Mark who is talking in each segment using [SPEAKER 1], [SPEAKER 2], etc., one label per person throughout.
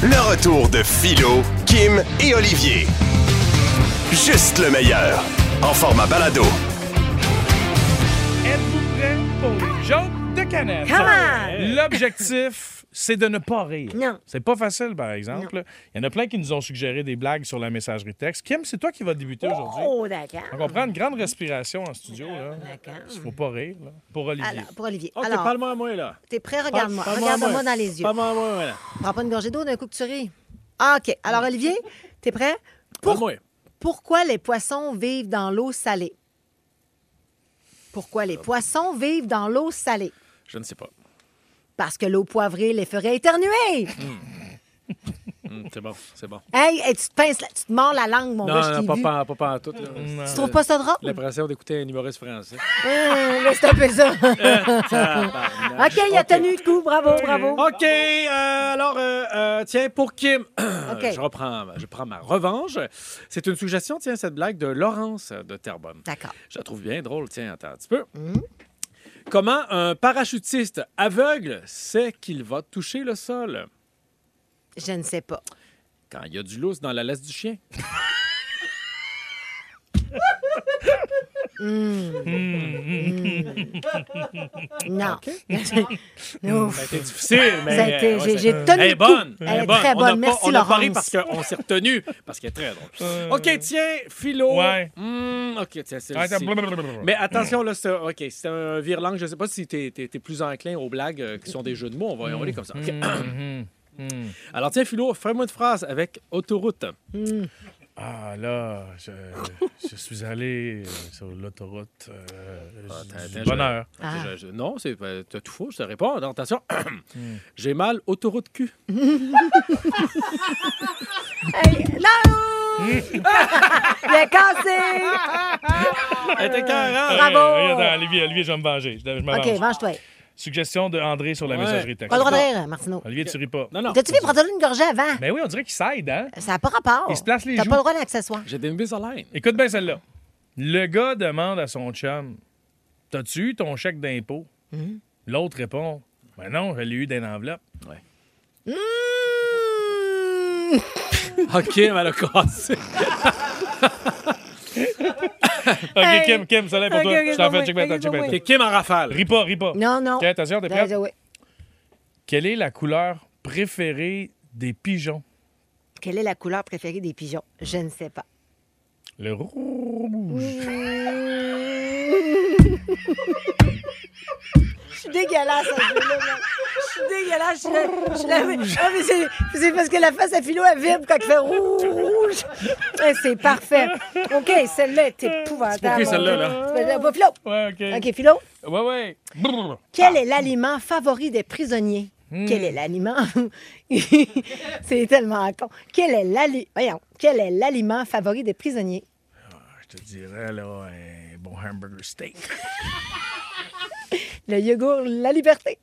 [SPEAKER 1] Le retour de Philo, Kim et Olivier. Juste le meilleur. En format balado.
[SPEAKER 2] Êtes-vous prêts pour les jokes de canette?
[SPEAKER 3] Come on!
[SPEAKER 2] L'objectif, c'est de ne pas rire.
[SPEAKER 3] Non.
[SPEAKER 2] C'est pas facile, par exemple. là. Il y en a plein qui nous ont suggéré des blagues sur la messagerie texte. Kim, c'est toi qui vas débuter aujourd'hui.
[SPEAKER 3] Oh, d'accord.
[SPEAKER 2] Donc, on prend une grande respiration en studio. Là.
[SPEAKER 3] D'accord.
[SPEAKER 2] Il faut pas rire. là. Pour Olivier.
[SPEAKER 3] Alors, pour Olivier.
[SPEAKER 4] OK,
[SPEAKER 3] Alors,
[SPEAKER 4] parle-moi à moi, là.
[SPEAKER 3] t'es prêt? Regarde-moi.
[SPEAKER 4] Parle- parle-moi à
[SPEAKER 3] Regarde-moi
[SPEAKER 4] moi.
[SPEAKER 3] dans les yeux.
[SPEAKER 4] Parle-moi à moi, voilà.
[SPEAKER 3] Prends pas une gorgée d'eau d'un coup que tu ris. Ah, OK. Alors, Olivier, t'es prêt? Pour-
[SPEAKER 4] Parle-moi.
[SPEAKER 3] Pourquoi les poissons vivent dans l'eau salée? Pourquoi les
[SPEAKER 4] Euh.
[SPEAKER 3] poissons vivent dans l'eau salée?
[SPEAKER 4] Je ne sais pas.
[SPEAKER 3] Parce que l'eau poivrée les ferait éternuer.
[SPEAKER 4] Hmm, c'est bon, c'est bon.
[SPEAKER 3] Hey, hey, tu te pinces, la- tu te mords la langue, Eh, mon
[SPEAKER 4] Non,
[SPEAKER 3] gars, je
[SPEAKER 4] non,
[SPEAKER 3] t'ai
[SPEAKER 4] pas,
[SPEAKER 3] vu.
[SPEAKER 4] pas, pas, pas en tout. là. Euh,
[SPEAKER 3] Tu trouves pas ça drôle?
[SPEAKER 4] L'impression d'écouter un humoriste français.
[SPEAKER 3] Hum, mais c'est un peu ça. OK, il a tenu le coup. Bravo, bravo.
[SPEAKER 4] Ah, OK, euh, alors, euh, euh, tiens, pour Kim, je
[SPEAKER 3] OK,
[SPEAKER 4] reprends je prends ma revanche. C'est une suggestion, tiens, cette blague de Laurence euh, de Terrebonne.
[SPEAKER 3] d'accord.
[SPEAKER 4] Je la trouve bien drôle, tiens, attends un petit peu.
[SPEAKER 3] Hmm?
[SPEAKER 4] Comment un parachutiste aveugle sait qu'il va toucher le sol?
[SPEAKER 3] Je ne sais pas.
[SPEAKER 4] Quand il y a du lousse dans la laisse du chien.
[SPEAKER 5] Mm.
[SPEAKER 3] Mm. Non.
[SPEAKER 4] Ça a
[SPEAKER 3] Ouf.
[SPEAKER 4] été difficile, mais... euh,
[SPEAKER 3] Ça a été-
[SPEAKER 4] ouais,
[SPEAKER 3] j'ai-
[SPEAKER 4] ça-
[SPEAKER 3] j'ai tenu
[SPEAKER 4] Elle
[SPEAKER 3] le
[SPEAKER 4] est
[SPEAKER 3] coup.
[SPEAKER 4] bonne.
[SPEAKER 3] Elle est très
[SPEAKER 4] On a
[SPEAKER 3] bonne.
[SPEAKER 4] pas-
[SPEAKER 3] Merci,
[SPEAKER 4] on a pas ri
[SPEAKER 3] Laurence.
[SPEAKER 4] parce qu'on s'est retenu, parce qu'elle est très drôle. OK, tiens, Philo.
[SPEAKER 2] Ouais.
[SPEAKER 4] Hmm, OK, tiens, c'est
[SPEAKER 2] Attends, blablabla.
[SPEAKER 4] Mais attention, là, c'est OK, c'est un virlang. Je ne sais pas si tu es, plus enclin aux blagues euh, qui sont des jeux de mots. On
[SPEAKER 2] Hmm.
[SPEAKER 4] va y aller comme ça. OK. Hmm. Alors, tiens, Philo, fais-moi une phrase avec autoroute.
[SPEAKER 2] Ah, là, je, je suis allé euh, sur l'autoroute euh,
[SPEAKER 4] Ah,
[SPEAKER 2] du
[SPEAKER 4] attends, attends,
[SPEAKER 2] bonheur.
[SPEAKER 3] Ah.
[SPEAKER 4] Je- je- non, c'est pas- t'as tout faux, je te réponds. Alors, attention,
[SPEAKER 2] Hmm.
[SPEAKER 4] j'ai mal autoroute cul.
[SPEAKER 3] Hey, non! Il est cassé!
[SPEAKER 4] Elle était carrante.
[SPEAKER 3] Bravo!
[SPEAKER 2] Hey, regarde, Olivier, Olivier, je vais me venger. Je, je me
[SPEAKER 3] OK,
[SPEAKER 2] venge.
[SPEAKER 3] venge-toi.
[SPEAKER 2] Suggestion de André sur la
[SPEAKER 4] Ouais.
[SPEAKER 2] messagerie texte.
[SPEAKER 3] Pas le droit de rire, Martineau.
[SPEAKER 2] Olivier, tu ris pas.
[SPEAKER 4] Non, non.
[SPEAKER 3] T'as-tu vu prendre une gorgée avant?
[SPEAKER 2] Mais oui, on dirait qu'il s'aide, hein?
[SPEAKER 3] Ça n'a pas rapport.
[SPEAKER 2] Il se place les
[SPEAKER 3] T'as
[SPEAKER 2] joues.
[SPEAKER 3] pas le droit d'accessoire.
[SPEAKER 4] J'ai des mises en ligne.
[SPEAKER 2] Écoute bien celle-là. Le gars demande à son chum T'as-tu eu ton chèque d'impôt L'autre répond Ben non, je l'ai eu dans l'enveloppe.
[SPEAKER 3] Mmh.
[SPEAKER 4] OK, mais elle a cassé.
[SPEAKER 2] Ok,
[SPEAKER 3] Hey.
[SPEAKER 2] Kim, Kim, celle-là est pour
[SPEAKER 3] Ok,
[SPEAKER 2] toi.
[SPEAKER 3] ok,
[SPEAKER 2] je t'en fais
[SPEAKER 3] compris,
[SPEAKER 2] check back,
[SPEAKER 3] ok,
[SPEAKER 2] check back.
[SPEAKER 4] C'est Kim en rafale.
[SPEAKER 2] Ris pas, ris pas.
[SPEAKER 3] Non, non.
[SPEAKER 2] Ok, attention, t'es prête?
[SPEAKER 3] Ben, ouais.
[SPEAKER 2] Quelle est la couleur préférée des pigeons
[SPEAKER 3] Quelle est la couleur préférée des pigeons? Je ne sais pas.
[SPEAKER 2] Le rouge.
[SPEAKER 3] Je suis dégueulasse, à ce jeu-là, man. Je suis dégueulasse. Je suis la- je suis la- Ah, mais c'est- c'est parce que la face à Philo, elle vibre quand il fait rouge. Ouais, c'est parfait. OK, celle-là est épouvantable.
[SPEAKER 4] C'est pour qui, celle-là, là?
[SPEAKER 3] Tu vas- vas- Philo.
[SPEAKER 2] Ouais, ok.
[SPEAKER 3] OK, Philo.
[SPEAKER 2] Ouais, ouais. Brrr.
[SPEAKER 3] Quel est l'aliment favori des prisonniers?
[SPEAKER 4] Hmm.
[SPEAKER 3] Quel est l'aliment? c'est tellement con. Quel est l'aliment? Voyons. Quel est l'aliment favori des prisonniers?
[SPEAKER 2] Je te dirais, là, un bon hamburger steak.
[SPEAKER 3] Le yogourt, la liberté.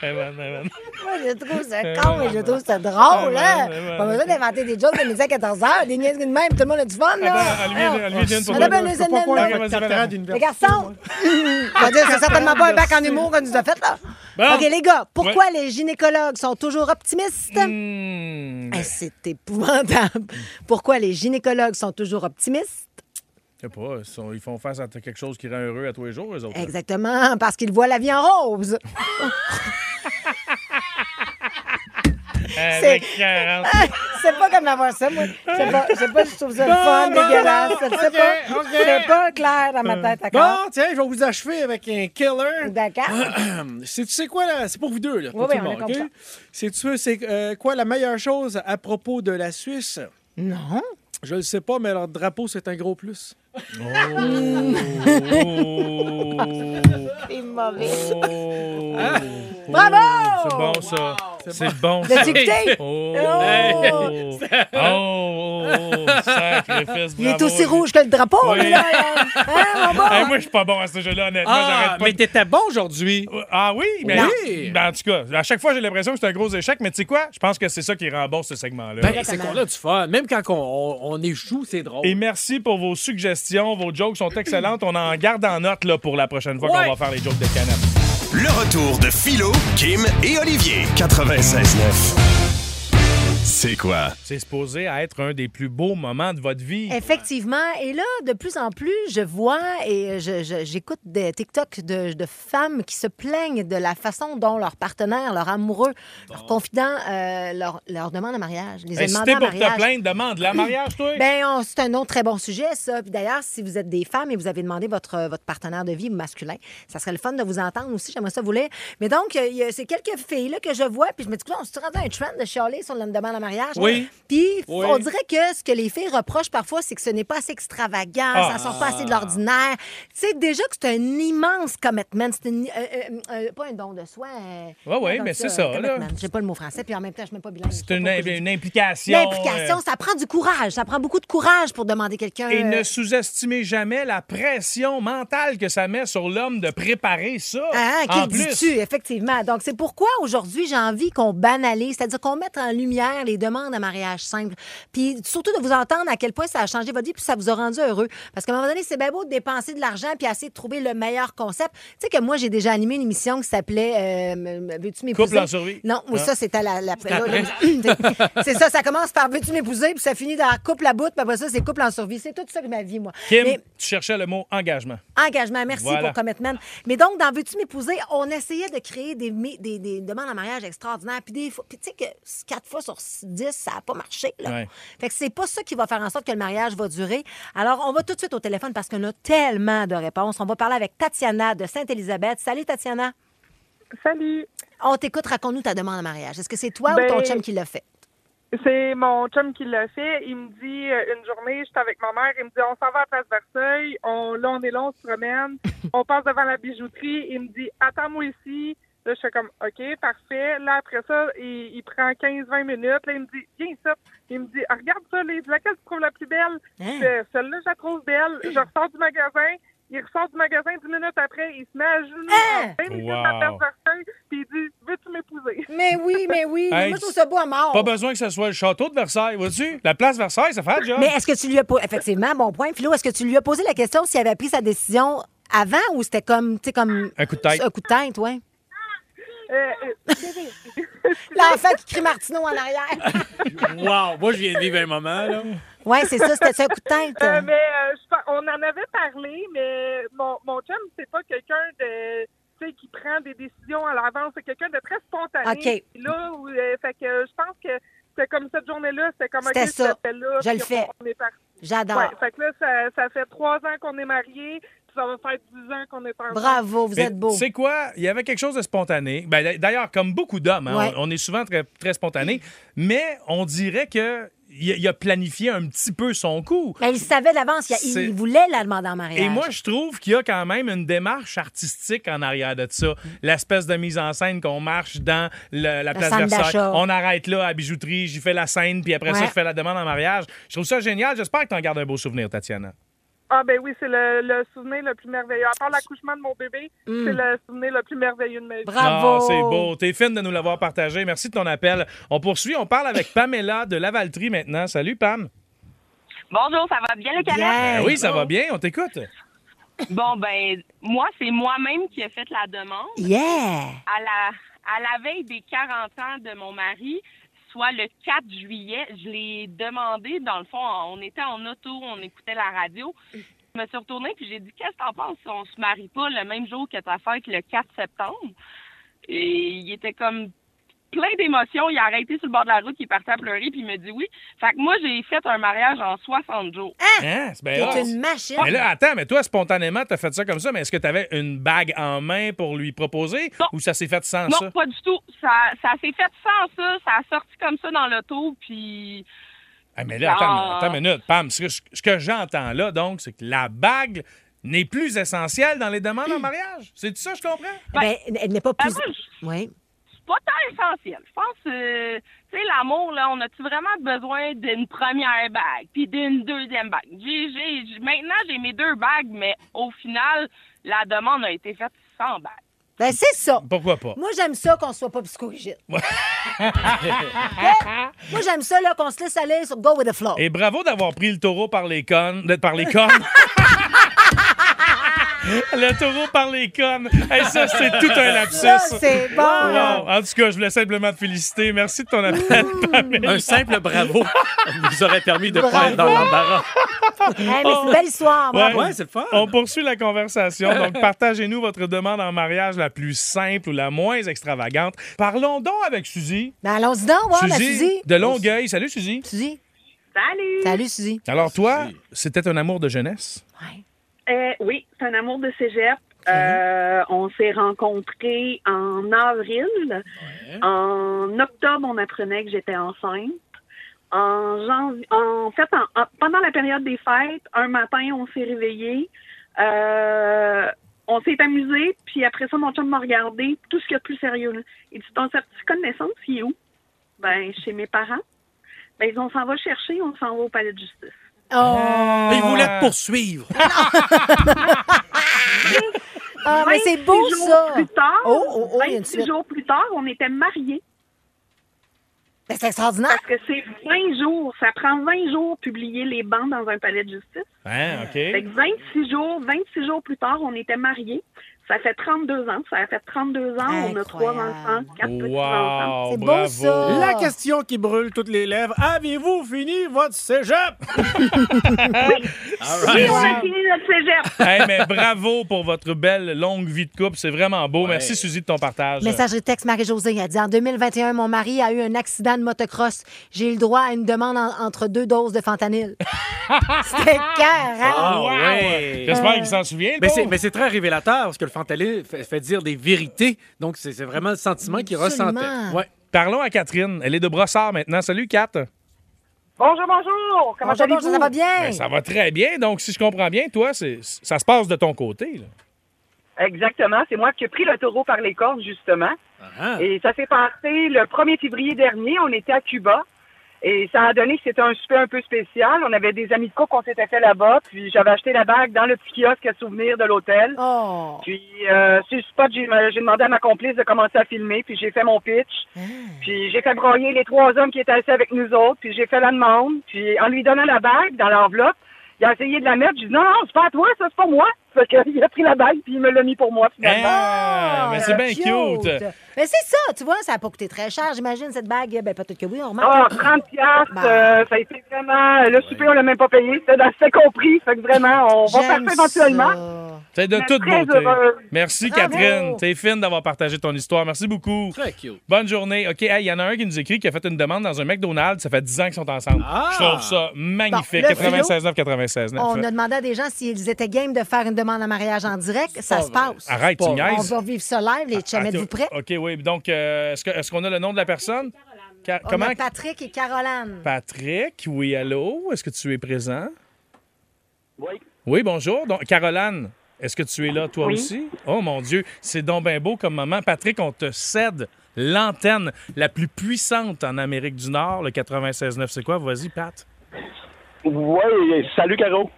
[SPEAKER 2] Eh ben, eh ben.
[SPEAKER 3] Moi, je trouve ça con et je trouve ça drôle, hein?
[SPEAKER 2] Ah, Ouais, ouais, ouais.
[SPEAKER 3] Pas besoin d'inventer des jokes de midi à 14 h des niaiseries de même, tout le monde a du fun, là.
[SPEAKER 2] Attends, Olivier, Olivier, viens pour
[SPEAKER 3] On
[SPEAKER 2] toi.
[SPEAKER 3] a bien les ennemis,
[SPEAKER 2] croire
[SPEAKER 3] là.
[SPEAKER 2] que- vas-y, vas-y.
[SPEAKER 3] Les garçons! On va dire, c'est certainement pas un bac en humour qu'on nous a fait, là.
[SPEAKER 2] Bon.
[SPEAKER 3] OK, les gars, pourquoi les gynécologues sont toujours optimistes?
[SPEAKER 2] Hmm.
[SPEAKER 3] Eh, c'est épouvantable. Pourquoi les gynécologues sont toujours optimistes?
[SPEAKER 2] Je sais pas, ils sont- ils font face à t- quelque chose qui rend heureux à tous les jours, eux autres.
[SPEAKER 3] Exactement, parce qu'ils voient la vie en rose.
[SPEAKER 2] Avec 40.
[SPEAKER 3] C'est pas comme avoir ça, moi. Je sais pas, je sais pas, je trouve ça le fun, dégueulasse. Je sais pas, c'est pas clair dans ma tête, d'accord?
[SPEAKER 4] Euh, Bon, tiens, je vais vous achever avec un killer.
[SPEAKER 3] D'accord.
[SPEAKER 4] C'est tu sais quoi là, c'est pour vous deux là, pour
[SPEAKER 3] Oui,
[SPEAKER 4] tout
[SPEAKER 3] oui,
[SPEAKER 4] le
[SPEAKER 3] on
[SPEAKER 4] monde,
[SPEAKER 3] est
[SPEAKER 4] OK?
[SPEAKER 3] comme
[SPEAKER 4] C'est tu sais, c'est euh, quoi la meilleure chose à propos de la Suisse
[SPEAKER 3] Non.
[SPEAKER 4] Je le sais pas mais leur drapeau c'est un gros plus. Oh!
[SPEAKER 3] C'est mauvais.
[SPEAKER 2] Oh.
[SPEAKER 3] Bravo!
[SPEAKER 2] C'est bon, ça. C'est bon, ça.
[SPEAKER 3] L'as-tu écouté?
[SPEAKER 2] Oh!
[SPEAKER 3] Oh!
[SPEAKER 2] Oh! oh, oh, Sacrifice,
[SPEAKER 3] Il est
[SPEAKER 2] bravo.
[SPEAKER 3] aussi rouge que le drapeau,
[SPEAKER 2] Oui.
[SPEAKER 3] lui, là.
[SPEAKER 4] Ah,
[SPEAKER 3] Hein, mon bon?
[SPEAKER 2] Hey, moi, je suis pas bon à ce jeu-là, honnêtement. J'arrête pas de-
[SPEAKER 4] t'étais bon aujourd'hui.
[SPEAKER 2] Ah oui, mais
[SPEAKER 4] Oui.
[SPEAKER 2] Ben, en tout cas, à chaque fois j'ai l'impression que c'est un gros échec, mais tu sais quoi? Je pense que c'est ça qui rend bon ce segment-là.
[SPEAKER 4] Ben, c'est qu'on a du fun, même quand on, on- on échoue, c'est drôle.
[SPEAKER 2] Et merci pour vos suggestions. Vos jokes sont excellentes. On en garde en note là, pour la prochaine fois
[SPEAKER 4] Ouais.
[SPEAKER 2] qu'on va faire les jokes de canette.
[SPEAKER 1] Le retour de Philo, Kim et Olivier. 96.9. C'est quoi?
[SPEAKER 2] C'est supposé être un des plus beaux moments de votre
[SPEAKER 3] Eh,
[SPEAKER 2] vie.
[SPEAKER 3] Effectivement. Et là, de plus en plus, je vois et je- je- j'écoute des TikTok de, de femmes qui se plaignent de la façon dont leur partenaire, leur amoureux, leur confident euh, leur, leur demande en mariage. Les a
[SPEAKER 2] Hey, Ben, si
[SPEAKER 3] demandés
[SPEAKER 2] t'es
[SPEAKER 3] en
[SPEAKER 2] pour te
[SPEAKER 3] mariage.
[SPEAKER 2] plaindre, demande la mariage, toi.
[SPEAKER 3] Ben, on- c'est un autre très bon sujet, ça. Puis d'ailleurs, si vous êtes des femmes et vous avez demandé votre, euh, votre partenaire de vie masculin, ça serait le fun de vous entendre aussi. J'aimerais ça vous lire. Mais donc, euh, il y a- c'est quelques filles-là que je vois, puis je me dis, on se rendu à un trend de chialer sur la demande en mariage.
[SPEAKER 4] Oui.
[SPEAKER 3] Puis
[SPEAKER 4] Oui.
[SPEAKER 3] on dirait que ce que les filles reprochent parfois, c'est que ce n'est pas assez extravagant,
[SPEAKER 2] Ah.
[SPEAKER 3] ça sort pas assez de l'ordinaire. Tu sais, déjà que c'est un immense commitment. C'est une- euh, euh, euh, pas un don de soi. euh,
[SPEAKER 2] Ouais, ouais,
[SPEAKER 3] un don
[SPEAKER 2] mais
[SPEAKER 3] de
[SPEAKER 2] c'est
[SPEAKER 3] soi,
[SPEAKER 2] ça,
[SPEAKER 3] un commitment.
[SPEAKER 2] là.
[SPEAKER 3] J'ai pas le mot français, puis en même temps, je ne pas bilingue. Je
[SPEAKER 2] C'est
[SPEAKER 3] sais
[SPEAKER 2] une,
[SPEAKER 3] pas pourquoi j'ai
[SPEAKER 2] une
[SPEAKER 3] dit
[SPEAKER 2] implication.
[SPEAKER 3] L'implication,
[SPEAKER 2] euh,
[SPEAKER 3] ça prend du courage. Ça prend beaucoup de courage pour demander quelqu'un.
[SPEAKER 2] et
[SPEAKER 3] euh,
[SPEAKER 2] ne sous-estimez jamais la pression mentale que ça met sur l'homme de préparer ça.
[SPEAKER 3] Ah,
[SPEAKER 2] en
[SPEAKER 3] qui
[SPEAKER 2] plus.
[SPEAKER 3] dis-tu, effectivement. Donc, c'est pourquoi aujourd'hui, j'ai envie qu'on banalise, c'est-à-dire qu'on mette en lumière les demandes à mariage simple. Puis surtout de vous entendre à quel point ça a changé votre vie, puis ça vous a rendu heureux. Parce qu'à un moment donné, c'est bien beau de dépenser de l'argent, puis essayer de trouver le meilleur concept. Tu sais que moi, j'ai déjà animé une émission qui s'appelait euh, Me- Me- Veux-tu m'épouser?
[SPEAKER 2] Couple en survie.
[SPEAKER 3] Non, moi,
[SPEAKER 2] Ah.
[SPEAKER 3] ça, c'était la. la- c'est ça, ça commence par Veux-tu m'épouser, puis ça finit dans Couple à bout, puis après ça, c'est Couple en survie. C'est tout ça que ma vie, moi.
[SPEAKER 2] Kim,
[SPEAKER 3] Mais-
[SPEAKER 2] tu cherchais le mot engagement.
[SPEAKER 3] Engagement, merci
[SPEAKER 2] Voilà.
[SPEAKER 3] pour commitment. Mais donc, dans Veux-tu m'épouser, on essayait de créer des, mé- des, des demandes en mariage extraordinaires. Puis, des fois- puis tu sais que s- quatre fois sur s- dix, ça n'a pas marché. Là.
[SPEAKER 2] Ouais.
[SPEAKER 3] Fait que c'est pas ça qui va faire en sorte que le mariage va durer. Alors, on va tout de suite au téléphone parce qu'on a tellement de réponses. On va parler avec Tatiana de Sainte-Élisabeth. Salut, Tatiana.
[SPEAKER 5] Salut.
[SPEAKER 3] On t'écoute, raconte-nous ta demande en mariage. Est-ce que c'est toi
[SPEAKER 5] Ben-
[SPEAKER 3] ou ton chum qui l'a fait?
[SPEAKER 5] C'est mon chum qui l'a fait. Il me dit euh, une journée, j'étais avec ma mère, il me dit on s'en va à Place Versailles, on, là on est là, on se promène, on passe devant la bijouterie, il me dit attends-moi ici. Là, je suis comme OK, parfait. Là, après ça, il, il prend 15-20 minutes. Là, il me dit viens ça. Il me dit Ah, regarde ça, les, laquelle tu trouves la plus belle
[SPEAKER 3] Hein?
[SPEAKER 5] Euh, Celle-là, je la trouve belle. Je ressors du magasin. Il ressort du magasin 10 minutes après, il se met à genoux
[SPEAKER 3] Hein?
[SPEAKER 5] en plein milieu de la
[SPEAKER 2] Wow.
[SPEAKER 5] Place Versailles, puis il dit veux-tu m'épouser
[SPEAKER 3] Mais oui, mais oui.
[SPEAKER 2] Hey,
[SPEAKER 3] moi, je trouve ça beau à mort.
[SPEAKER 2] Pas besoin que ce soit le château de Versailles, vois-tu? La place Versailles, ça fait un job.
[SPEAKER 3] Mais est-ce que tu lui as posé effectivement bon point Philo, est-ce que tu lui as posé la question s'il avait pris sa décision avant ou c'était comme tu sais comme
[SPEAKER 2] Un coup de tête.
[SPEAKER 3] Un coup de tête, ouais.
[SPEAKER 5] Euh, euh,
[SPEAKER 3] L'enfant qui crie Martineau en arrière.
[SPEAKER 4] Wow! Moi, je viens de vivre un moment, là.
[SPEAKER 3] Ouais, c'est ça, c'était un coup de tête.
[SPEAKER 5] Euh, mais euh, je pense- on en avait parlé, mais mon, mon chum, c'est pas quelqu'un de tu sais, qui prend des décisions à l'avance. C'est quelqu'un de très spontané.
[SPEAKER 3] OK.
[SPEAKER 5] Puis Là, où, euh, fait que euh, je pense que c'était comme cette journée-là, c'était comme
[SPEAKER 3] C'était
[SPEAKER 5] OK,
[SPEAKER 3] ça.
[SPEAKER 5] cette là
[SPEAKER 3] Je le
[SPEAKER 5] puis
[SPEAKER 3] fais.
[SPEAKER 5] On est parti.
[SPEAKER 3] J'adore.
[SPEAKER 5] Ouais, fait que là, ça, ça fait trois ans qu'on est mariés, puis ça va faire dix ans qu'on est ensemble.
[SPEAKER 3] Bravo, vous
[SPEAKER 2] Mais
[SPEAKER 3] êtes beau.
[SPEAKER 2] Tu sais quoi? Il y avait quelque chose de spontané. Ben, d'a- D'ailleurs, comme beaucoup d'hommes, hein,
[SPEAKER 3] Ouais.
[SPEAKER 2] on, on est souvent très, très spontané. Mais on dirait que il a- il a planifié un petit peu son coup.
[SPEAKER 3] Mais Ben, il savait d'avance, il, il
[SPEAKER 2] C'est-
[SPEAKER 3] voulait la demander en mariage.
[SPEAKER 2] Et moi, je trouve qu'il y a quand même une démarche artistique en arrière de ça. L'espèce de mise en scène qu'on marche dans le- la place
[SPEAKER 3] centre
[SPEAKER 2] Versailles.
[SPEAKER 3] d'achat.
[SPEAKER 2] On arrête là à la bijouterie, j'y fais la scène, puis après ça,
[SPEAKER 3] Ouais.
[SPEAKER 2] je fais la demande en mariage. Je trouve ça génial. J'espère que tu en gardes un beau souvenir, Tatiana.
[SPEAKER 5] Ah ben oui, c'est le, le souvenir le plus merveilleux. À part l'accouchement de mon bébé, c'est le souvenir le plus merveilleux de ma vie.
[SPEAKER 3] Hmm. Bravo.
[SPEAKER 2] Ah, c'est beau. T'es fine de nous l'avoir partagé. Merci de ton appel. On poursuit. On parle avec Pamela de Lavaltrie maintenant. Salut, Pam.
[SPEAKER 6] Bonjour, ça va bien les canards?
[SPEAKER 2] Ah
[SPEAKER 3] Bien.
[SPEAKER 2] oui, ça va bien. On t'écoute.
[SPEAKER 6] Bon, ben, moi, c'est moi-même qui ai fait la demande.
[SPEAKER 3] Yeah.
[SPEAKER 6] À la, à la veille des 40 ans de mon mari, soit le 4 juillet, je l'ai demandé, dans le fond, on était en auto, on écoutait la radio. Je me suis retournée puis j'ai dit, qu'est-ce que t'en penses si on se marie pas le même jour que ta fête, le 4 septembre? Et il était comme plein d'émotions, il a arrêté sur le bord de la route, il est parti à pleurer puis il me dit oui. Fait que moi, j'ai fait un mariage en 60 jours.
[SPEAKER 2] Hein? C'est bien
[SPEAKER 3] T'es
[SPEAKER 2] hot.
[SPEAKER 3] une machine.
[SPEAKER 2] Mais là, attends, mais toi, spontanément, t'as fait ça comme ça, mais est-ce que t'avais une bague en main pour lui proposer
[SPEAKER 6] Non.
[SPEAKER 2] ou ça s'est fait sans
[SPEAKER 6] Non,
[SPEAKER 2] ça?
[SPEAKER 6] pas du tout. Ça, ça s'est fait sans ça. Ça a sorti comme ça dans l'auto, puis...
[SPEAKER 2] Ah, mais là, attends,
[SPEAKER 6] Ah.
[SPEAKER 2] attends une minute, Pam. Ce que, ce que j'entends là, donc, c'est que la bague n'est plus essentielle dans les demandes en mariage. C'est ça, je comprends?
[SPEAKER 3] Ben, elle n'est pas
[SPEAKER 6] Ben,
[SPEAKER 3] plus.
[SPEAKER 6] moi, je-
[SPEAKER 3] Oui.
[SPEAKER 6] c'est pas tant essentiel. Je pense, euh, tu sais, l'amour, là, on a-tu vraiment besoin d'une première bague, puis d'une deuxième bague? J'ai, j'ai, j'ai- maintenant, j'ai mes deux bagues, mais au final, la demande a été faite sans bague.
[SPEAKER 3] Ben, c'est ça.
[SPEAKER 2] Pourquoi pas?
[SPEAKER 3] Moi, j'aime ça qu'on soit pas psychorigide.
[SPEAKER 2] Ah,
[SPEAKER 3] Moi, j'aime ça là, qu'on se laisse aller sur Go with the flow.
[SPEAKER 2] Et bravo d'avoir pris le taureau par les cornes. de- Par les cornes. Le taureau par les cornes. Hey, ça, c'est tout un
[SPEAKER 3] Ça,
[SPEAKER 2] lapsus.
[SPEAKER 3] c'est bon.
[SPEAKER 2] Wow. En tout cas, je voulais simplement te féliciter. Merci de ton appel. Pamela.
[SPEAKER 4] Un simple bravo nous aurait permis de pas être dans l'embarras.
[SPEAKER 3] Hey, mais c'est une belle histoire.
[SPEAKER 2] Ouais.
[SPEAKER 3] bravo.
[SPEAKER 4] Ouais, c'est le fun.
[SPEAKER 2] On poursuit la conversation. Donc, partagez-nous votre demande en mariage la plus simple ou la moins extravagante. Parlons donc avec Suzy.
[SPEAKER 3] Ben, allons-y donc, voir la Suzy.
[SPEAKER 2] de Longueuil. Salut, Suzy.
[SPEAKER 3] Suzy.
[SPEAKER 7] Salut!
[SPEAKER 3] Salut, Suzy.
[SPEAKER 2] Ah, Alors, toi, c'était un amour de jeunesse?
[SPEAKER 3] Ouais.
[SPEAKER 7] Euh, oui, c'est un amour de cégep. Euh, on s'est rencontrés en avril. En octobre, on apprenait que j'étais enceinte. En janvier, en fait, en- en- pendant la période des fêtes, un matin, on s'est réveillés. Euh, on s'est amusé, puis après ça, mon chum m'a regardé, tout ce qu'il y a de plus sérieux. là. Il dit Ton certificat connaissance, il est où Ben, chez mes parents. Ben, ils ont s'en va le chercher, on s'en va au palais de justice.
[SPEAKER 3] Oh,
[SPEAKER 4] Mais Il voulait te poursuivre.
[SPEAKER 3] ah, mais c'est
[SPEAKER 7] 26
[SPEAKER 3] beau,
[SPEAKER 7] jours
[SPEAKER 3] ça.
[SPEAKER 7] Plus tard,
[SPEAKER 3] Oh, oh, oh, il y a une
[SPEAKER 7] 26
[SPEAKER 3] suite.
[SPEAKER 7] jours plus tard, on était mariés.
[SPEAKER 3] Ben, c'est extraordinaire.
[SPEAKER 7] Parce que c'est 20 jours. Ça prend 20 jours publier les bancs dans un palais de justice.
[SPEAKER 4] Ah.
[SPEAKER 2] Hein, OK.
[SPEAKER 7] Fait que 26 jours, 26 jours plus tard, on était mariés. Ça fait 32 ans. Ça a fait 32 ans. On a trois
[SPEAKER 3] Incroyable.
[SPEAKER 7] enfants, quatre petits-enfants.
[SPEAKER 2] Wow,
[SPEAKER 3] C'est beau,
[SPEAKER 2] Oh, bravo.
[SPEAKER 3] ça.
[SPEAKER 4] La question qui brûle toutes les lèvres. Avez-vous fini votre cégep?
[SPEAKER 2] Ah,
[SPEAKER 4] All
[SPEAKER 7] Oui,
[SPEAKER 4] right.
[SPEAKER 7] on a fini notre cégep.
[SPEAKER 2] Hey, mais bravo pour votre belle longue vie de couple. C'est vraiment beau. Merci, Suzy, de ton partage.
[SPEAKER 3] Messagerie texte Marie-Josée. Elle dit En 2021, mon mari a eu un accident de motocross. J'ai eu le droit à une demande en- entre deux doses de fentanyl. C'était carré.
[SPEAKER 4] Ah, ouais.
[SPEAKER 2] J'espère qu'il s'en souvient.
[SPEAKER 4] Mais
[SPEAKER 2] donc.
[SPEAKER 4] c'est, mais c'est très révélateur parce que le fentanyl fait, fait dire des vérités. Donc, c'est, c'est vraiment le sentiment qu'il
[SPEAKER 3] Absolument.
[SPEAKER 4] ressentait. Ouais.
[SPEAKER 2] Parlons à Catherine. Elle est de Brossard maintenant. Salut, Kat.
[SPEAKER 7] Bonjour, bonjour. Comment
[SPEAKER 3] Bonjour, bonjour,
[SPEAKER 7] allez-vous?
[SPEAKER 3] ça va bien?
[SPEAKER 2] Ben, ça va très bien. Donc, si je comprends bien, toi, c'est- ça se passe de ton côté. là.
[SPEAKER 8] Exactement. C'est moi qui ai pris le taureau par les cornes, justement.
[SPEAKER 4] Ah.
[SPEAKER 8] Et ça s'est passé le 1er février dernier. On était à Cuba. Et ça a donné que c'était un souper un peu spécial. On avait des amis de couple qu'on s'était fait là-bas. Puis j'avais acheté la bague dans le petit kiosque à souvenirs de l'hôtel.
[SPEAKER 3] Oh,
[SPEAKER 8] Puis euh, sur le spot, j'ai j'ai demandé à ma complice de commencer à filmer. Puis j'ai fait mon pitch. Puis j'ai fait broyer les trois hommes qui étaient assis avec nous autres. Puis j'ai fait la demande. Puis en lui donnant la bague dans l'enveloppe, il a essayé de la mettre. J'ai dit non, non, c'est pas à toi, ça, c'est pour moi. Fait que, il a pris la bague puis il me l'a mis pour moi finalement.
[SPEAKER 2] Ah, mais Eh, c'est bien cute.
[SPEAKER 3] Mais c'est ça, tu vois, ça n'a pas coûté très cher, j'imagine, cette bague. Ben, peut-être que oui, on remarque.
[SPEAKER 8] Ah, 30 piastres,
[SPEAKER 3] Bah.
[SPEAKER 8] euh, ça a été vraiment... euh, Le souper, on l'a même pas payé. C'était dans- C'était compris. Fait que vraiment, on va faire
[SPEAKER 3] J'aime
[SPEAKER 8] ça éventuellement.
[SPEAKER 3] ça.
[SPEAKER 2] C'est de
[SPEAKER 8] Mais
[SPEAKER 2] toute
[SPEAKER 8] très
[SPEAKER 2] beauté.
[SPEAKER 8] heureuse.
[SPEAKER 2] Merci,
[SPEAKER 3] Bravo.
[SPEAKER 2] Catherine. T'es fine d'avoir partagé ton histoire. Merci beaucoup.
[SPEAKER 4] Très cute.
[SPEAKER 2] Bonne journée. OK, hey, il y en a un qui nous écrit qui a fait une demande dans un McDonald's. Ça fait 10 ans qu'ils sont ensemble.
[SPEAKER 4] Ah!
[SPEAKER 2] Je trouve ça magnifique.
[SPEAKER 3] Bon, le
[SPEAKER 2] 96 9 96
[SPEAKER 7] euh,
[SPEAKER 2] 9.
[SPEAKER 3] On a demandé à des gens s'ils étaient game de faire une demande en mariage en direct. Ça se passe.
[SPEAKER 2] Arrête, tu
[SPEAKER 4] On
[SPEAKER 3] On
[SPEAKER 2] niaises. Ah,
[SPEAKER 3] va vivre ça live, les chums. Êtes-vous prêts?
[SPEAKER 2] OK, oui. Donc, euh, est-ce que- est-ce qu'on a le nom de la personne? Ca-
[SPEAKER 3] On
[SPEAKER 2] comment?
[SPEAKER 3] a Patrick et Caroline.
[SPEAKER 2] Patrick, oui, allô? Est-ce que tu es présent?
[SPEAKER 8] Oui.
[SPEAKER 2] Oui, bonjour. Donc, Caroline, est-ce que tu es là, toi aussi? Oh mon Dieu, c'est donc bien beau comme moment. Patrick, on te cède l'antenne la plus puissante en Amérique du Nord, le 96.9. C'est quoi? Vas-y, Pat.
[SPEAKER 9] Oui, salut Caro.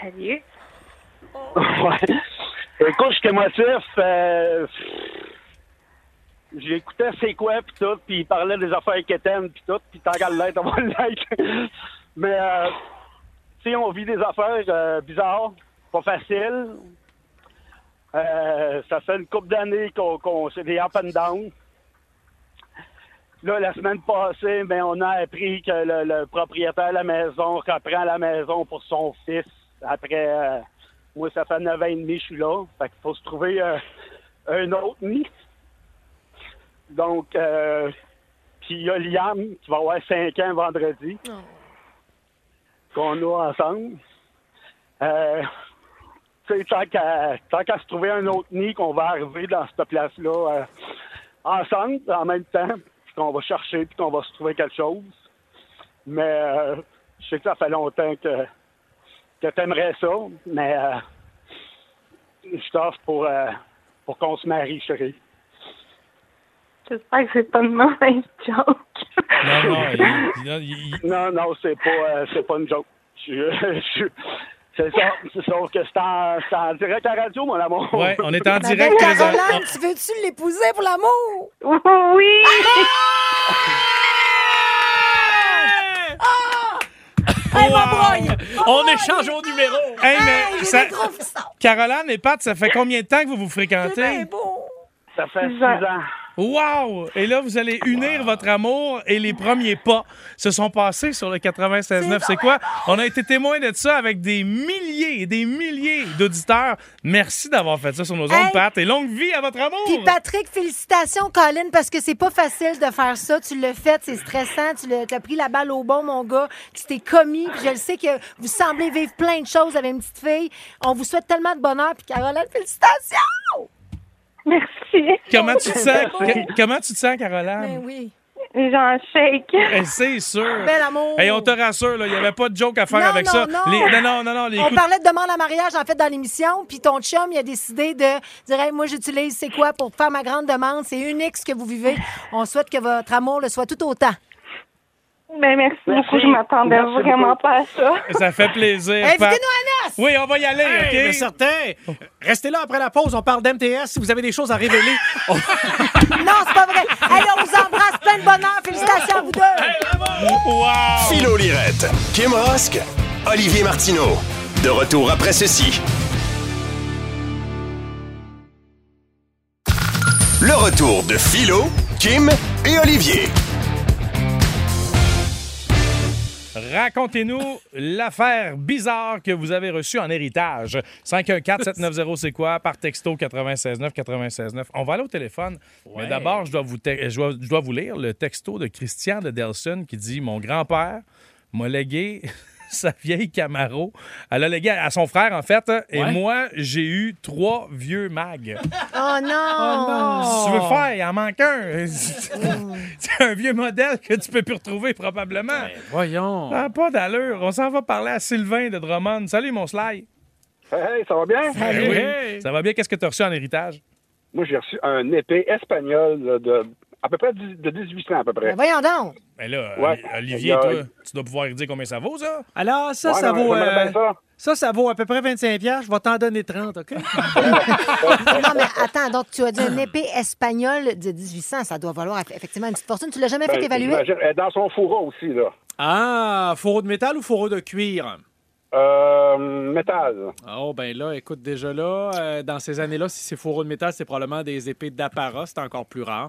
[SPEAKER 7] Salut.
[SPEAKER 9] Ouais. Écoute, je suis émotif. euh, J'écoutais c'est quoi, puis tout, puis il parlait des affaires quétaines, puis tout, puis tant qu'à le l'être, on va le l'être. Mais, euh, tu sais, on vit des affaires euh, bizarres, pas faciles. Euh, ça fait une couple d'années qu'on qu'on- c'est des up and down. Là, la semaine passée, ben, on a appris que le, le propriétaire de la maison reprend la maison pour son fils. Après, euh, moi, ça fait 9 ans et demi que je suis là. Fait qu'il faut se trouver euh, un autre nid. Donc, euh, puis il y a Liam qui va avoir 5 ans vendredi. Qu'on a ensemble. Euh, tu sais, tant qu'à tant qu'à se trouver un autre nid, qu'on va arriver dans cette place-là euh, ensemble, en même temps, puis qu'on va chercher, puis qu'on va se trouver quelque chose. Mais euh, je sais que ça fait longtemps que, que t'aimerais ça, mais euh, je t'offre pour, euh, pour qu'on se marie, chérie.
[SPEAKER 7] J'espère que c'est pas une mauvaise joke.
[SPEAKER 2] Non, non, il- il- il-
[SPEAKER 9] Non, non, c'est pas, euh, c'est pas une joke. Je- je- c'est ça, c'est sauf que c'est en, c'est en direct à la radio, mon amour.
[SPEAKER 2] il- ouais, on est en
[SPEAKER 3] Ma
[SPEAKER 2] direct.
[SPEAKER 3] belle
[SPEAKER 2] les-
[SPEAKER 3] Caroline, tu veux-tu l'épouser pour l'amour?
[SPEAKER 7] oui!
[SPEAKER 3] Ah! Hey, ma broye!
[SPEAKER 4] On échange au numéro.
[SPEAKER 2] Hey, mais
[SPEAKER 3] Hey, j'ai
[SPEAKER 2] ça-
[SPEAKER 3] des gros frissons.
[SPEAKER 2] Caroline et Pat, ça fait combien de temps que vous vous
[SPEAKER 3] C'est bien
[SPEAKER 2] fréquentez?
[SPEAKER 3] beau.
[SPEAKER 9] Ça fait six ans.
[SPEAKER 2] Wow! Et là, vous allez unir votre amour et les premiers pas se sont passés sur le 96.9. C'est quoi? On a été témoins de ça avec des milliers et des milliers d'auditeurs. Merci d'avoir fait ça sur nos ondes,
[SPEAKER 3] Hey!
[SPEAKER 2] Pat. Et longue vie à votre
[SPEAKER 3] Puis
[SPEAKER 2] amour!
[SPEAKER 3] Patrick, félicitations, Colin, parce que c'est pas facile de faire ça. Tu l'as fait, c'est stressant. Tu l'as- t'as pris la balle au bon, mon gars. Tu t'es commis. Puis je le sais que vous semblez vivre plein de choses avec une petite fille. On vous souhaite tellement de bonheur. Puis Caroline, félicitations!
[SPEAKER 5] Merci.
[SPEAKER 2] Comment tu te sens? Que- Comment tu te sens, Caroline?
[SPEAKER 3] Ben oui.
[SPEAKER 5] Les gens shake.
[SPEAKER 2] Eh, C'est sûr.
[SPEAKER 3] Bel amour.
[SPEAKER 2] Hey, on te rassure, là, il n'y avait pas de joke à faire
[SPEAKER 3] Non,
[SPEAKER 2] avec
[SPEAKER 3] non,
[SPEAKER 2] ça.
[SPEAKER 3] non.
[SPEAKER 2] Les- non, non, non, non, les
[SPEAKER 3] On
[SPEAKER 2] coups-
[SPEAKER 3] parlait de demande en mariage, en fait, dans l'émission. Puis ton chum, il a décidé de dire Hey, Moi, j'utilise c'est quoi pour faire ma grande demande. C'est unique ce que vous vivez. On souhaite que votre amour le soit tout autant.
[SPEAKER 5] Ben, merci, beaucoup. Je m'attendais
[SPEAKER 9] Merci
[SPEAKER 5] vraiment pas à ça.
[SPEAKER 2] ça fait plaisir.
[SPEAKER 3] Invitez-nous
[SPEAKER 2] Pat.
[SPEAKER 3] à Noce!
[SPEAKER 2] Oui, on va y aller,
[SPEAKER 4] Hey, mais
[SPEAKER 2] OK?
[SPEAKER 4] certain. Restez là après la pause. On parle d'MTS. Si vous avez des choses à révéler, on-
[SPEAKER 3] Non, c'est pas vrai. Allez, on vous embrasse. Plein de bonheur. Félicitations à vous deux.
[SPEAKER 2] Wow!
[SPEAKER 1] Philo Lirette, Kim Rosk, Olivier Martineau. De retour après ceci. Le retour de Philo, Kim et Olivier.
[SPEAKER 2] Racontez-nous l'affaire bizarre que vous avez reçue en héritage. 514-790, c'est quoi? Par texto 969 969. On va aller au téléphone. Mais d'abord, je, dois vous te- je, dois, je dois vous lire le texto de Christian de Delson qui dit Mon grand-père m'a légué sa vieille Camaro. Elle a légué à à son frère, en fait. hein, Et
[SPEAKER 4] Ouais.
[SPEAKER 2] moi, j'ai eu trois vieux mags.
[SPEAKER 3] Oh non!
[SPEAKER 2] Si tu veux le faire, il en manque un. C'est un vieux modèle que tu peux plus retrouver probablement.
[SPEAKER 4] Ben, Voyons.
[SPEAKER 2] Ah, pas d'allure. On s'en va parler à Sylvain de Drummond. Salut, mon Sly.
[SPEAKER 9] Hey, hey, ça va bien?
[SPEAKER 4] Ben
[SPEAKER 2] Eh oui.
[SPEAKER 4] Hey.
[SPEAKER 2] Ça va bien? Qu'est-ce que tu as reçu en héritage?
[SPEAKER 9] Moi, j'ai reçu un épée espagnol là, de à peu près dix- de 1800 à peu
[SPEAKER 4] Ah,
[SPEAKER 9] près.
[SPEAKER 3] Ben voyons donc.
[SPEAKER 2] Ben là,
[SPEAKER 9] Ouais.
[SPEAKER 2] Oli- Olivier,
[SPEAKER 9] Euh,
[SPEAKER 2] toi, tu dois pouvoir dire combien ça vaut, ça?
[SPEAKER 4] Alors, ça,
[SPEAKER 9] Ouais,
[SPEAKER 4] ça
[SPEAKER 9] non,
[SPEAKER 4] vaut.
[SPEAKER 9] j'aimerais
[SPEAKER 4] euh,
[SPEAKER 9] bien ça.
[SPEAKER 4] ça, ça vaut à peu près 25$. piastres. Je vais t'en donner 30, OK?
[SPEAKER 3] Non, mais attends, donc tu as dit une épée espagnole de 1800. Ça doit valoir eff- effectivement une petite fortune. Tu l'as jamais fait
[SPEAKER 9] Ben,
[SPEAKER 3] évaluer?
[SPEAKER 9] j'imagine- elle est dans son fourreau aussi, là.
[SPEAKER 4] Ah, fourreau de métal ou fourreau de cuir?
[SPEAKER 9] Euh, métal.
[SPEAKER 4] Oh, ben là, écoute, déjà là, euh, dans ces années-là, si c'est fourreau de métal, c'est probablement des épées d'apparat. C'est encore plus rare.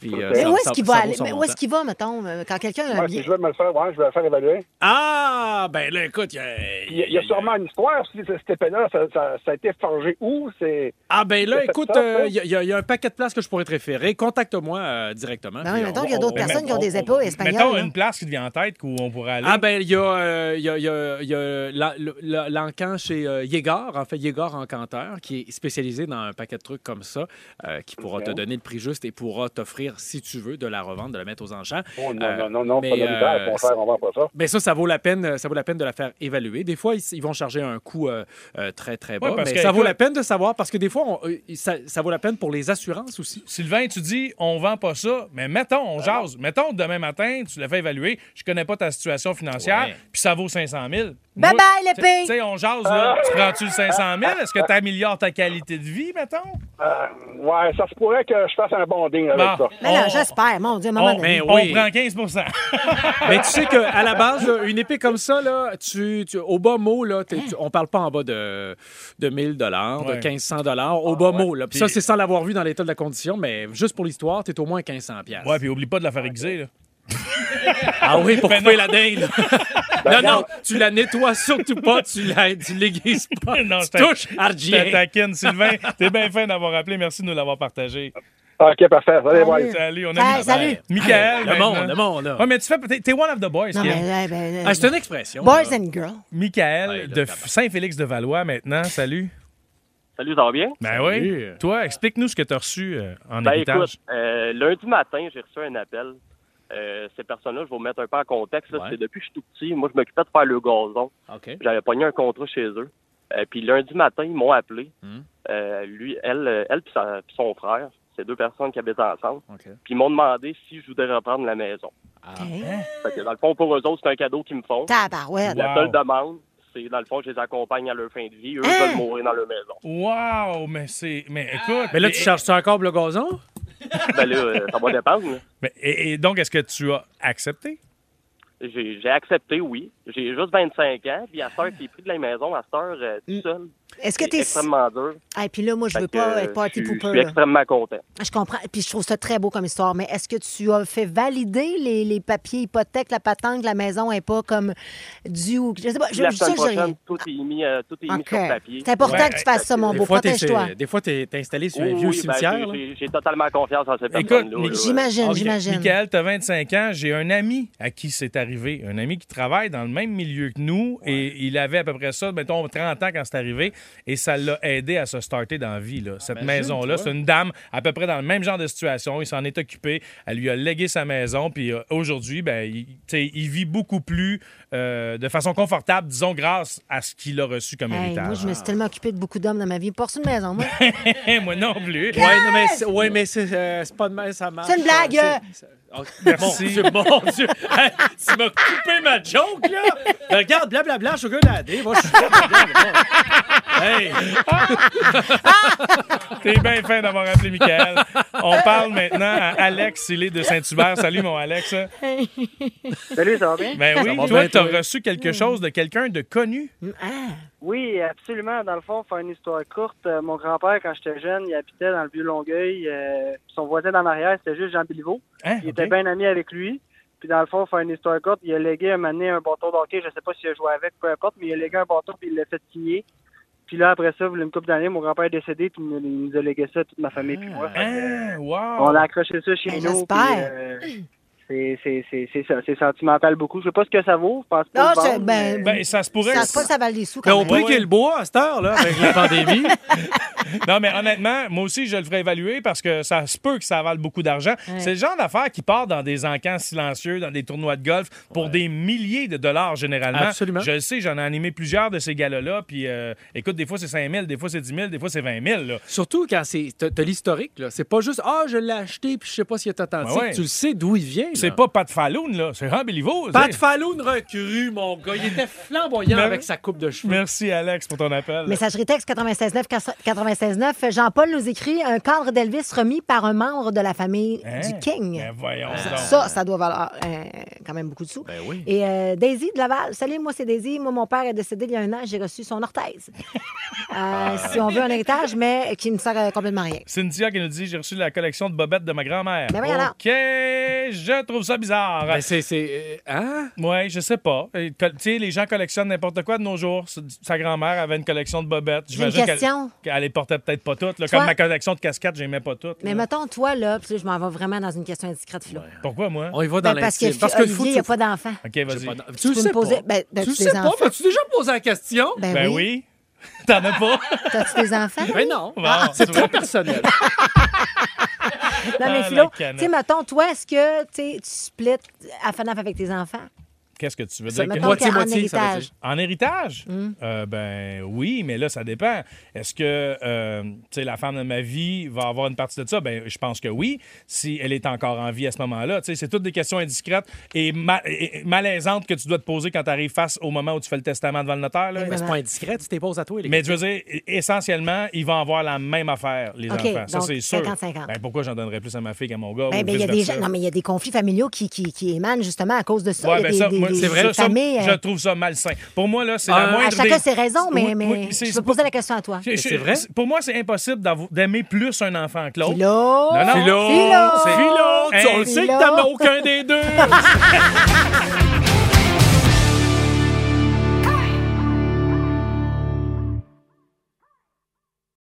[SPEAKER 4] Puis, euh,
[SPEAKER 3] Mais
[SPEAKER 4] ça-
[SPEAKER 3] où est-ce
[SPEAKER 4] ça-
[SPEAKER 3] qu'il
[SPEAKER 4] ça
[SPEAKER 3] va
[SPEAKER 4] vaut
[SPEAKER 3] aller?
[SPEAKER 4] son
[SPEAKER 3] Mais où
[SPEAKER 4] montant.
[SPEAKER 3] est-ce qu'il va, mettons, euh, quand quelqu'un a un
[SPEAKER 9] Ouais, si
[SPEAKER 3] billet?
[SPEAKER 9] je vais me le faire, ouais, je vais le faire évaluer.
[SPEAKER 4] Ah, ben là, écoute, il y a-
[SPEAKER 9] Il y a, il y a sûrement une histoire aussi, ce- cette épée-là. Ça, ça- ça a été forgé où? C'est...
[SPEAKER 4] Ah, ben là,
[SPEAKER 9] C'est
[SPEAKER 4] écoute,
[SPEAKER 9] top,
[SPEAKER 4] euh,
[SPEAKER 9] hein?
[SPEAKER 4] il y, a- il y a- il y a un paquet de places que je pourrais te référer. Contacte-moi euh, directement.
[SPEAKER 3] Non,
[SPEAKER 4] puis
[SPEAKER 3] mais
[SPEAKER 4] on-
[SPEAKER 3] Ben mettons qu'il y a
[SPEAKER 4] on-
[SPEAKER 3] d'autres
[SPEAKER 4] on-
[SPEAKER 3] personnes qui ont
[SPEAKER 4] on-
[SPEAKER 3] des
[SPEAKER 4] on-
[SPEAKER 3] épées espagnoles.
[SPEAKER 2] Mettons
[SPEAKER 3] là.
[SPEAKER 2] une place qui devient en tête où on pourrait aller.
[SPEAKER 4] Ah ben il y a euh, il y a- il y a- il y a la- le- la- l'encan chez euh, Yegor, en fait Yegor Encanteur, qui est spécialisé dans un paquet de trucs comme ça, euh, qui pourra te donner le prix juste et pourra t'offrir, si tu veux, de la revente, de la mettre aux enchères.
[SPEAKER 9] Oh, non,
[SPEAKER 4] Euh,
[SPEAKER 9] non, non, non,
[SPEAKER 4] mais,
[SPEAKER 9] pas d'héritage,
[SPEAKER 4] euh,
[SPEAKER 9] mon frère, on vend pas ça.
[SPEAKER 4] Mais ça, ça vaut la peine, ça vaut la peine de la faire évaluer. Des fois, ils, ils vont charger un coût euh, euh, très très bas,
[SPEAKER 2] Ouais, parce
[SPEAKER 4] mais
[SPEAKER 2] que,
[SPEAKER 4] ça vaut
[SPEAKER 2] écoute-
[SPEAKER 4] la peine de savoir parce que des fois, on- euh, ça, ça vaut la peine pour les assurances aussi. Ben
[SPEAKER 2] Sylvain, tu dis, on vend pas ça, mais mettons, on jase. Mettons, demain matin, tu l'as fait évaluer, je connais pas ta situation financière,
[SPEAKER 4] Ouais.
[SPEAKER 2] puis ça vaut 500 000.
[SPEAKER 3] Bye
[SPEAKER 2] Moi,
[SPEAKER 3] bye,
[SPEAKER 2] Tu
[SPEAKER 3] l'épée!
[SPEAKER 2] sais, on jase, là. Tu prends-tu le 500 000? Est-ce que tu améliores ta qualité de vie, mettons?
[SPEAKER 9] Euh, ouais, ça se pourrait que je fasse un bon ding avec
[SPEAKER 2] Bon.
[SPEAKER 9] ça.
[SPEAKER 3] Mais là,
[SPEAKER 2] On-
[SPEAKER 3] j'espère, mon Dieu, maman.
[SPEAKER 2] On,
[SPEAKER 3] donné.
[SPEAKER 4] Oh, mais
[SPEAKER 2] on
[SPEAKER 4] oui.
[SPEAKER 2] prend 15
[SPEAKER 4] Mais tu sais qu'à la base, là, une épée comme ça, là, tu, tu- au bas mot, là, t'es- tu- on parle pas en bas de, de 1000 dollars, de
[SPEAKER 2] Ouais. Ah
[SPEAKER 4] 1500 dollars, au bas mot. Là. Puis ça,
[SPEAKER 2] Puis-
[SPEAKER 4] c'est sans l'avoir vu dans l'état de la condition, mais juste pour l'histoire, t'es au moins 1500 pièces.
[SPEAKER 2] Ouais, puis oublie pas de la faire aiguiser, là.
[SPEAKER 4] Ah oui, pour
[SPEAKER 2] Ben
[SPEAKER 4] couper
[SPEAKER 2] non.
[SPEAKER 4] la dingue. là. non, non, tu la nettoies surtout pas, tu la tu l'aiguises pas.
[SPEAKER 2] Non,
[SPEAKER 4] tu
[SPEAKER 2] je t'ai-
[SPEAKER 4] touches à
[SPEAKER 2] Je
[SPEAKER 4] rien.
[SPEAKER 2] te taquine, Sylvain. T'es bien fin d'avoir appelé. Merci de nous l'avoir partagé.
[SPEAKER 9] OK, parfait. Allez, voir.
[SPEAKER 2] Salut, on aime
[SPEAKER 4] Ben,
[SPEAKER 3] Ah, salut.
[SPEAKER 2] Michael.
[SPEAKER 4] Le monde, le monde, là.
[SPEAKER 2] Ouais, mais tu fais. T'es, t'es one of the boys,
[SPEAKER 3] Non,
[SPEAKER 2] Kim.
[SPEAKER 3] mais, euh, eh, ben,
[SPEAKER 4] Ah, c'est une expression.
[SPEAKER 3] Boys
[SPEAKER 4] là.
[SPEAKER 3] and girls.
[SPEAKER 2] Michael
[SPEAKER 4] Ouais, là,
[SPEAKER 2] de
[SPEAKER 4] tabarnak.
[SPEAKER 2] Saint-Félix de Valois maintenant. Salut.
[SPEAKER 10] Salut, ça va bien?
[SPEAKER 2] Ben
[SPEAKER 4] Salut.
[SPEAKER 2] oui. Toi, explique-nous ce que t'as reçu euh, en
[SPEAKER 10] Ben
[SPEAKER 2] héritage.
[SPEAKER 10] écoute, euh, lundi matin, j'ai reçu un appel. Euh, ces personnes-là, je vais vous mettre un peu en contexte. là.
[SPEAKER 4] Ouais.
[SPEAKER 10] C'est depuis que je suis tout petit, moi, je m'occupais de faire le gazon.
[SPEAKER 4] OK.
[SPEAKER 10] J'avais pogné un contrat chez eux. Euh, puis lundi matin, ils m'ont appelé.
[SPEAKER 2] Hmm.
[SPEAKER 4] Hum.
[SPEAKER 10] Euh, lui, elle, euh, elle puis sa- puis son frère, c'est deux personnes qui habitent ensemble.
[SPEAKER 4] OK.
[SPEAKER 10] Puis ils m'ont demandé si je voudrais reprendre la maison.
[SPEAKER 4] Ah,
[SPEAKER 3] Hein?
[SPEAKER 10] Fait que, dans le fond, pour eux autres, c'est un cadeau qu'ils me font.
[SPEAKER 3] Tabarouette.
[SPEAKER 10] La
[SPEAKER 2] Wow.
[SPEAKER 10] seule demande, c'est dans le fond, je les accompagne à leur fin de vie. Eux
[SPEAKER 3] Hein?
[SPEAKER 10] veulent mourir dans leur maison.
[SPEAKER 2] Wow, mais c'est. Mais écoute.
[SPEAKER 4] Ah. Mais là, tu charges ça encore pour le gazon?
[SPEAKER 10] ben là, euh, ça va dépendre. là.
[SPEAKER 2] Mais- et, et donc, est-ce que tu as accepté?
[SPEAKER 10] j'ai j'ai accepté, oui. J'ai juste 25 ans, puis à cette heure qui est pris de la maison, à cette heure, euh, tout seul.
[SPEAKER 3] Ah. Mm. Est-ce que
[SPEAKER 10] c'est
[SPEAKER 3] t'es-
[SPEAKER 10] extrêmement dur.
[SPEAKER 3] Ah, et puis là, moi, je
[SPEAKER 10] Fait
[SPEAKER 3] veux
[SPEAKER 10] que,
[SPEAKER 3] pas
[SPEAKER 10] euh,
[SPEAKER 3] être party
[SPEAKER 10] je suis-
[SPEAKER 3] pooper.
[SPEAKER 10] Je suis
[SPEAKER 3] là.
[SPEAKER 10] extrêmement content.
[SPEAKER 3] Je comprends. Puis je trouve ça très beau comme histoire. Mais est-ce que tu as fait valider les, les papiers hypothèques, la patente, la maison n'est pas comme due ou. Je sais pas. Je,
[SPEAKER 10] la
[SPEAKER 3] je- ça,
[SPEAKER 10] semaine
[SPEAKER 3] j'ai
[SPEAKER 10] prochaine,
[SPEAKER 3] rien.
[SPEAKER 10] tout est mis, euh, tout est mis
[SPEAKER 3] OK.
[SPEAKER 10] sur papier.
[SPEAKER 3] C'est important
[SPEAKER 2] Ouais,
[SPEAKER 3] que tu fasses ça, mon
[SPEAKER 4] Des
[SPEAKER 3] beau.
[SPEAKER 4] fois, t'es-
[SPEAKER 3] Protège-toi.
[SPEAKER 4] Des fois, t'es t'es installé sur
[SPEAKER 10] Oui,
[SPEAKER 4] un vieux
[SPEAKER 10] oui, ben,
[SPEAKER 4] cimetière. là. Ah,
[SPEAKER 10] j'ai- j'ai- J'ai totalement confiance en cette
[SPEAKER 2] Écoute,
[SPEAKER 10] personne-là.
[SPEAKER 2] Nick,
[SPEAKER 10] là.
[SPEAKER 3] J'imagine,
[SPEAKER 2] Ok.
[SPEAKER 3] j'imagine.
[SPEAKER 2] Michael, tu as 25 ans. J'ai un ami à qui c'est arrivé. Un ami qui travaille dans le même milieu que nous et il avait à peu près ça, mettons, 30 ans quand c'est arrivé et ça l'a aidé à se starter dans la vie. là. Cette maison-là, c'est une dame à peu près dans le même genre de situation. Il s'en est occupé. Elle lui a légué sa maison. Puis euh, aujourd'hui, ben, il, tu sais, il vit beaucoup plus euh, de façon confortable, disons, grâce à ce qu'il a reçu comme
[SPEAKER 3] Hey, moi,
[SPEAKER 2] héritage.
[SPEAKER 3] je me suis tellement occupée de beaucoup d'hommes dans ma vie. Pas reçu de maison, moi.
[SPEAKER 2] Moi, non plus.
[SPEAKER 4] Ouais, non, mais c'est ouais, mais c'est, euh, c'est pas de mal, ça marche.
[SPEAKER 3] C'est une blague.
[SPEAKER 4] Euh, c'est- oh,
[SPEAKER 2] Merci.
[SPEAKER 4] Mon Dieu, mon Dieu. Hey, tu m'as coupé ma joke, là. Ben, regarde, blablabla, Sugar Daddy. Moi, je suis là, regarde, bon. Hey,
[SPEAKER 2] T'es bien fin d'avoir appelé Michael. On parle maintenant à Alex, il est de Saint-Hubert. Salut, mon Alex.
[SPEAKER 8] Salut, ça va bien?
[SPEAKER 2] Ben oui,
[SPEAKER 4] va
[SPEAKER 2] toi,
[SPEAKER 4] bien,
[SPEAKER 2] t'as
[SPEAKER 4] toi.
[SPEAKER 2] reçu quelque chose de quelqu'un de connu.
[SPEAKER 3] Ah.
[SPEAKER 8] Oui, absolument. Dans le fond, faire une histoire courte, euh, mon grand-père, quand j'étais jeune, il habitait dans le vieux Longueuil. euh, son voisin d'en arrière, c'était juste Jean Biliveau.
[SPEAKER 2] Hein?
[SPEAKER 8] Il
[SPEAKER 2] OK.
[SPEAKER 8] était bien ami avec lui. Puis dans le fond, faire une histoire courte, il a légué un moment donné un bâton d'hockey. Je sais pas s'il a joué avec, peu importe, mais il a légué un bâton puis il l'a fait signer. Puis là, après ça, voilà une couple d'années, mon grand-père est décédé puis il nous- il nous a légué ça, toute ma famille puis moi.
[SPEAKER 2] Hein?
[SPEAKER 8] On
[SPEAKER 2] Wow!
[SPEAKER 8] a accroché ça chez
[SPEAKER 3] Ben,
[SPEAKER 8] nous. puis,
[SPEAKER 3] j'espère.
[SPEAKER 8] euh, c'est- c'est- C'est c'est ça, c'est sentimental beaucoup. Je sais pas ce que ça vaut, je pense pas.
[SPEAKER 3] Non,
[SPEAKER 8] le
[SPEAKER 3] c'est-
[SPEAKER 8] vendre,
[SPEAKER 3] ben,
[SPEAKER 8] mais-
[SPEAKER 2] Ben, ça se pourrait.
[SPEAKER 3] Ça, ça, ça valait les sous
[SPEAKER 4] ben,
[SPEAKER 3] quand
[SPEAKER 4] on
[SPEAKER 3] même.
[SPEAKER 4] peut qu'il y ait le bois à cette heure, là, avec la pandémie.
[SPEAKER 2] Non, mais honnêtement, moi aussi, je le ferais évaluer parce que ça se peut que ça avale beaucoup d'argent.
[SPEAKER 3] Ouais.
[SPEAKER 2] C'est le genre d'affaire qui part dans des encans silencieux, dans des tournois de golf, pour des milliers de dollars généralement.
[SPEAKER 4] Absolument.
[SPEAKER 2] Je le sais, j'en ai animé plusieurs de ces galas-là. Puis euh, écoute, des fois, c'est 5 000, des fois, c'est 10 000, des fois, c'est 20 000. là.
[SPEAKER 4] Surtout quand c'est, t'as, t'as l'historique, là. C'est pas juste, ah, je l'ai acheté, puis je sais pas s'il est authentique.
[SPEAKER 2] Ben ouais.
[SPEAKER 4] Tu le sais d'où il vient.
[SPEAKER 2] C'est
[SPEAKER 4] là.
[SPEAKER 2] pas Pat Falloon, là. C'est Jean Béliveau. tu sais.
[SPEAKER 4] Pat Falloon recrue, mon gars. Il était flamboyant
[SPEAKER 2] Ben-
[SPEAKER 4] avec sa coupe de cheveux.
[SPEAKER 2] Merci, Alex, pour ton appel.
[SPEAKER 3] Messagerie texte 969 969. Jean-Paul nous écrit un cadre d'Elvis remis par un membre de la famille
[SPEAKER 2] Hein?
[SPEAKER 3] du King.
[SPEAKER 2] Ben voyons donc.
[SPEAKER 3] Ça, ça doit valoir euh, quand même beaucoup de sous. Et euh, Daisy de Laval, salut, moi c'est Daisy. Moi, mon père est décédé il y a un an, j'ai reçu son orthèse. Euh, Si on veut un héritage, mais qui ne sert à complètement rien.
[SPEAKER 2] Cynthia qui nous dit J'ai reçu la collection de bobettes de ma grand-mère.
[SPEAKER 3] Ben oui, alors.
[SPEAKER 2] OK, je trouve ça bizarre.
[SPEAKER 4] Ben, c'est, c'est, euh, hein?
[SPEAKER 2] Ouais, je sais pas. Euh, col- Tu sais, les gens collectionnent n'importe quoi de nos jours. S- Sa grand-mère avait une collection de bobettes.
[SPEAKER 3] J'ai une
[SPEAKER 2] J'imagine qu'elle-
[SPEAKER 3] question.
[SPEAKER 2] qu'elle les portait peut-être pas toutes. là.
[SPEAKER 3] Toi-
[SPEAKER 2] Comme ma collection de casquettes, j'aimais pas toutes.
[SPEAKER 3] Mais
[SPEAKER 2] là.
[SPEAKER 3] mettons, toi, là, puis là, je m'en vais vraiment dans une question indiscrète, Philo.
[SPEAKER 2] Pourquoi moi
[SPEAKER 4] On y va dans
[SPEAKER 3] Ben, parce que
[SPEAKER 4] l'intime.
[SPEAKER 3] parce Olivier, il n'y a pas d'enfant.
[SPEAKER 2] OK, vas-y.
[SPEAKER 4] Pas dans-
[SPEAKER 3] Tu peux me poser- ben, ben, tu
[SPEAKER 4] tu le
[SPEAKER 3] les
[SPEAKER 4] sais pas,
[SPEAKER 3] enfants.
[SPEAKER 4] mais tu déjà posé la question?
[SPEAKER 3] Ben,
[SPEAKER 2] Ben
[SPEAKER 3] oui.
[SPEAKER 2] oui. T'en as pas?
[SPEAKER 3] T'as-tu des enfants?
[SPEAKER 4] Ben non.
[SPEAKER 2] Bon,
[SPEAKER 4] Ah, c'est
[SPEAKER 2] tu vois.
[SPEAKER 4] trop personnel.
[SPEAKER 3] Non, mais
[SPEAKER 2] Ah,
[SPEAKER 3] Philo,
[SPEAKER 2] la
[SPEAKER 3] tu
[SPEAKER 2] canne.
[SPEAKER 3] sais, mettons, toi, est-ce que tu sais, tu splits à FNAF avec tes enfants?
[SPEAKER 2] Qu'est-ce que tu veux
[SPEAKER 3] Ça,
[SPEAKER 2] dire? que-
[SPEAKER 3] mettons
[SPEAKER 4] Moitié,
[SPEAKER 3] qu'en
[SPEAKER 4] moitié, ça veut
[SPEAKER 3] héritage. Mm.
[SPEAKER 4] dire.
[SPEAKER 2] En héritage? Euh, ben oui, mais là, ça dépend. Est-ce que euh, tu sais, la femme de ma vie va avoir une partie de ça? Ben, je pense que oui, si elle est encore en vie à ce moment-là. Tu sais, C'est toutes des questions indiscrètes et, ma- et- et malaisantes que tu dois te poser quand tu arrives face au moment où tu fais le testament devant le notaire. là.
[SPEAKER 4] Mais c'est pas indiscret, tu t'es posé à toi, les
[SPEAKER 2] Mais je veux dire, é- essentiellement, ils vont avoir la même affaire, les
[SPEAKER 3] OK,
[SPEAKER 2] enfants. Ça,
[SPEAKER 3] donc
[SPEAKER 2] c'est sûr.
[SPEAKER 3] 50-50.
[SPEAKER 2] Ben, pourquoi j'en donnerais plus à ma fille qu'à mon gars?
[SPEAKER 3] Ben,
[SPEAKER 2] ou
[SPEAKER 3] ben, il y a des
[SPEAKER 2] Ah, vice-versa?
[SPEAKER 3] gens- non, mais il y a des conflits familiaux qui, qui, qui émanent justement à cause de ça.
[SPEAKER 2] Ouais,
[SPEAKER 3] Il y a
[SPEAKER 2] ben
[SPEAKER 3] des-
[SPEAKER 2] ça,
[SPEAKER 3] des-
[SPEAKER 2] moi,
[SPEAKER 3] des-
[SPEAKER 2] c'est vrai,
[SPEAKER 3] des
[SPEAKER 2] ça,
[SPEAKER 3] familles, euh,
[SPEAKER 2] je trouve ça malsain. Pour moi, là, c'est la
[SPEAKER 4] Ah,
[SPEAKER 2] moindre
[SPEAKER 3] à chacun
[SPEAKER 2] des-
[SPEAKER 3] ses raisons, mais,
[SPEAKER 2] Oui,
[SPEAKER 3] mais
[SPEAKER 2] oui, c'est-
[SPEAKER 3] je peux poser la question à toi.
[SPEAKER 2] Je- je-
[SPEAKER 4] c'est vrai?
[SPEAKER 2] Pour moi, c'est impossible d'avo- d'aimer plus un enfant que l'autre.
[SPEAKER 3] Philo!
[SPEAKER 2] Non, non.
[SPEAKER 3] Philo!
[SPEAKER 2] C'est-
[SPEAKER 4] Philo, tu- on le
[SPEAKER 2] Hey,
[SPEAKER 4] sait que
[SPEAKER 3] Philo.
[SPEAKER 4] t'aimes aucun des deux.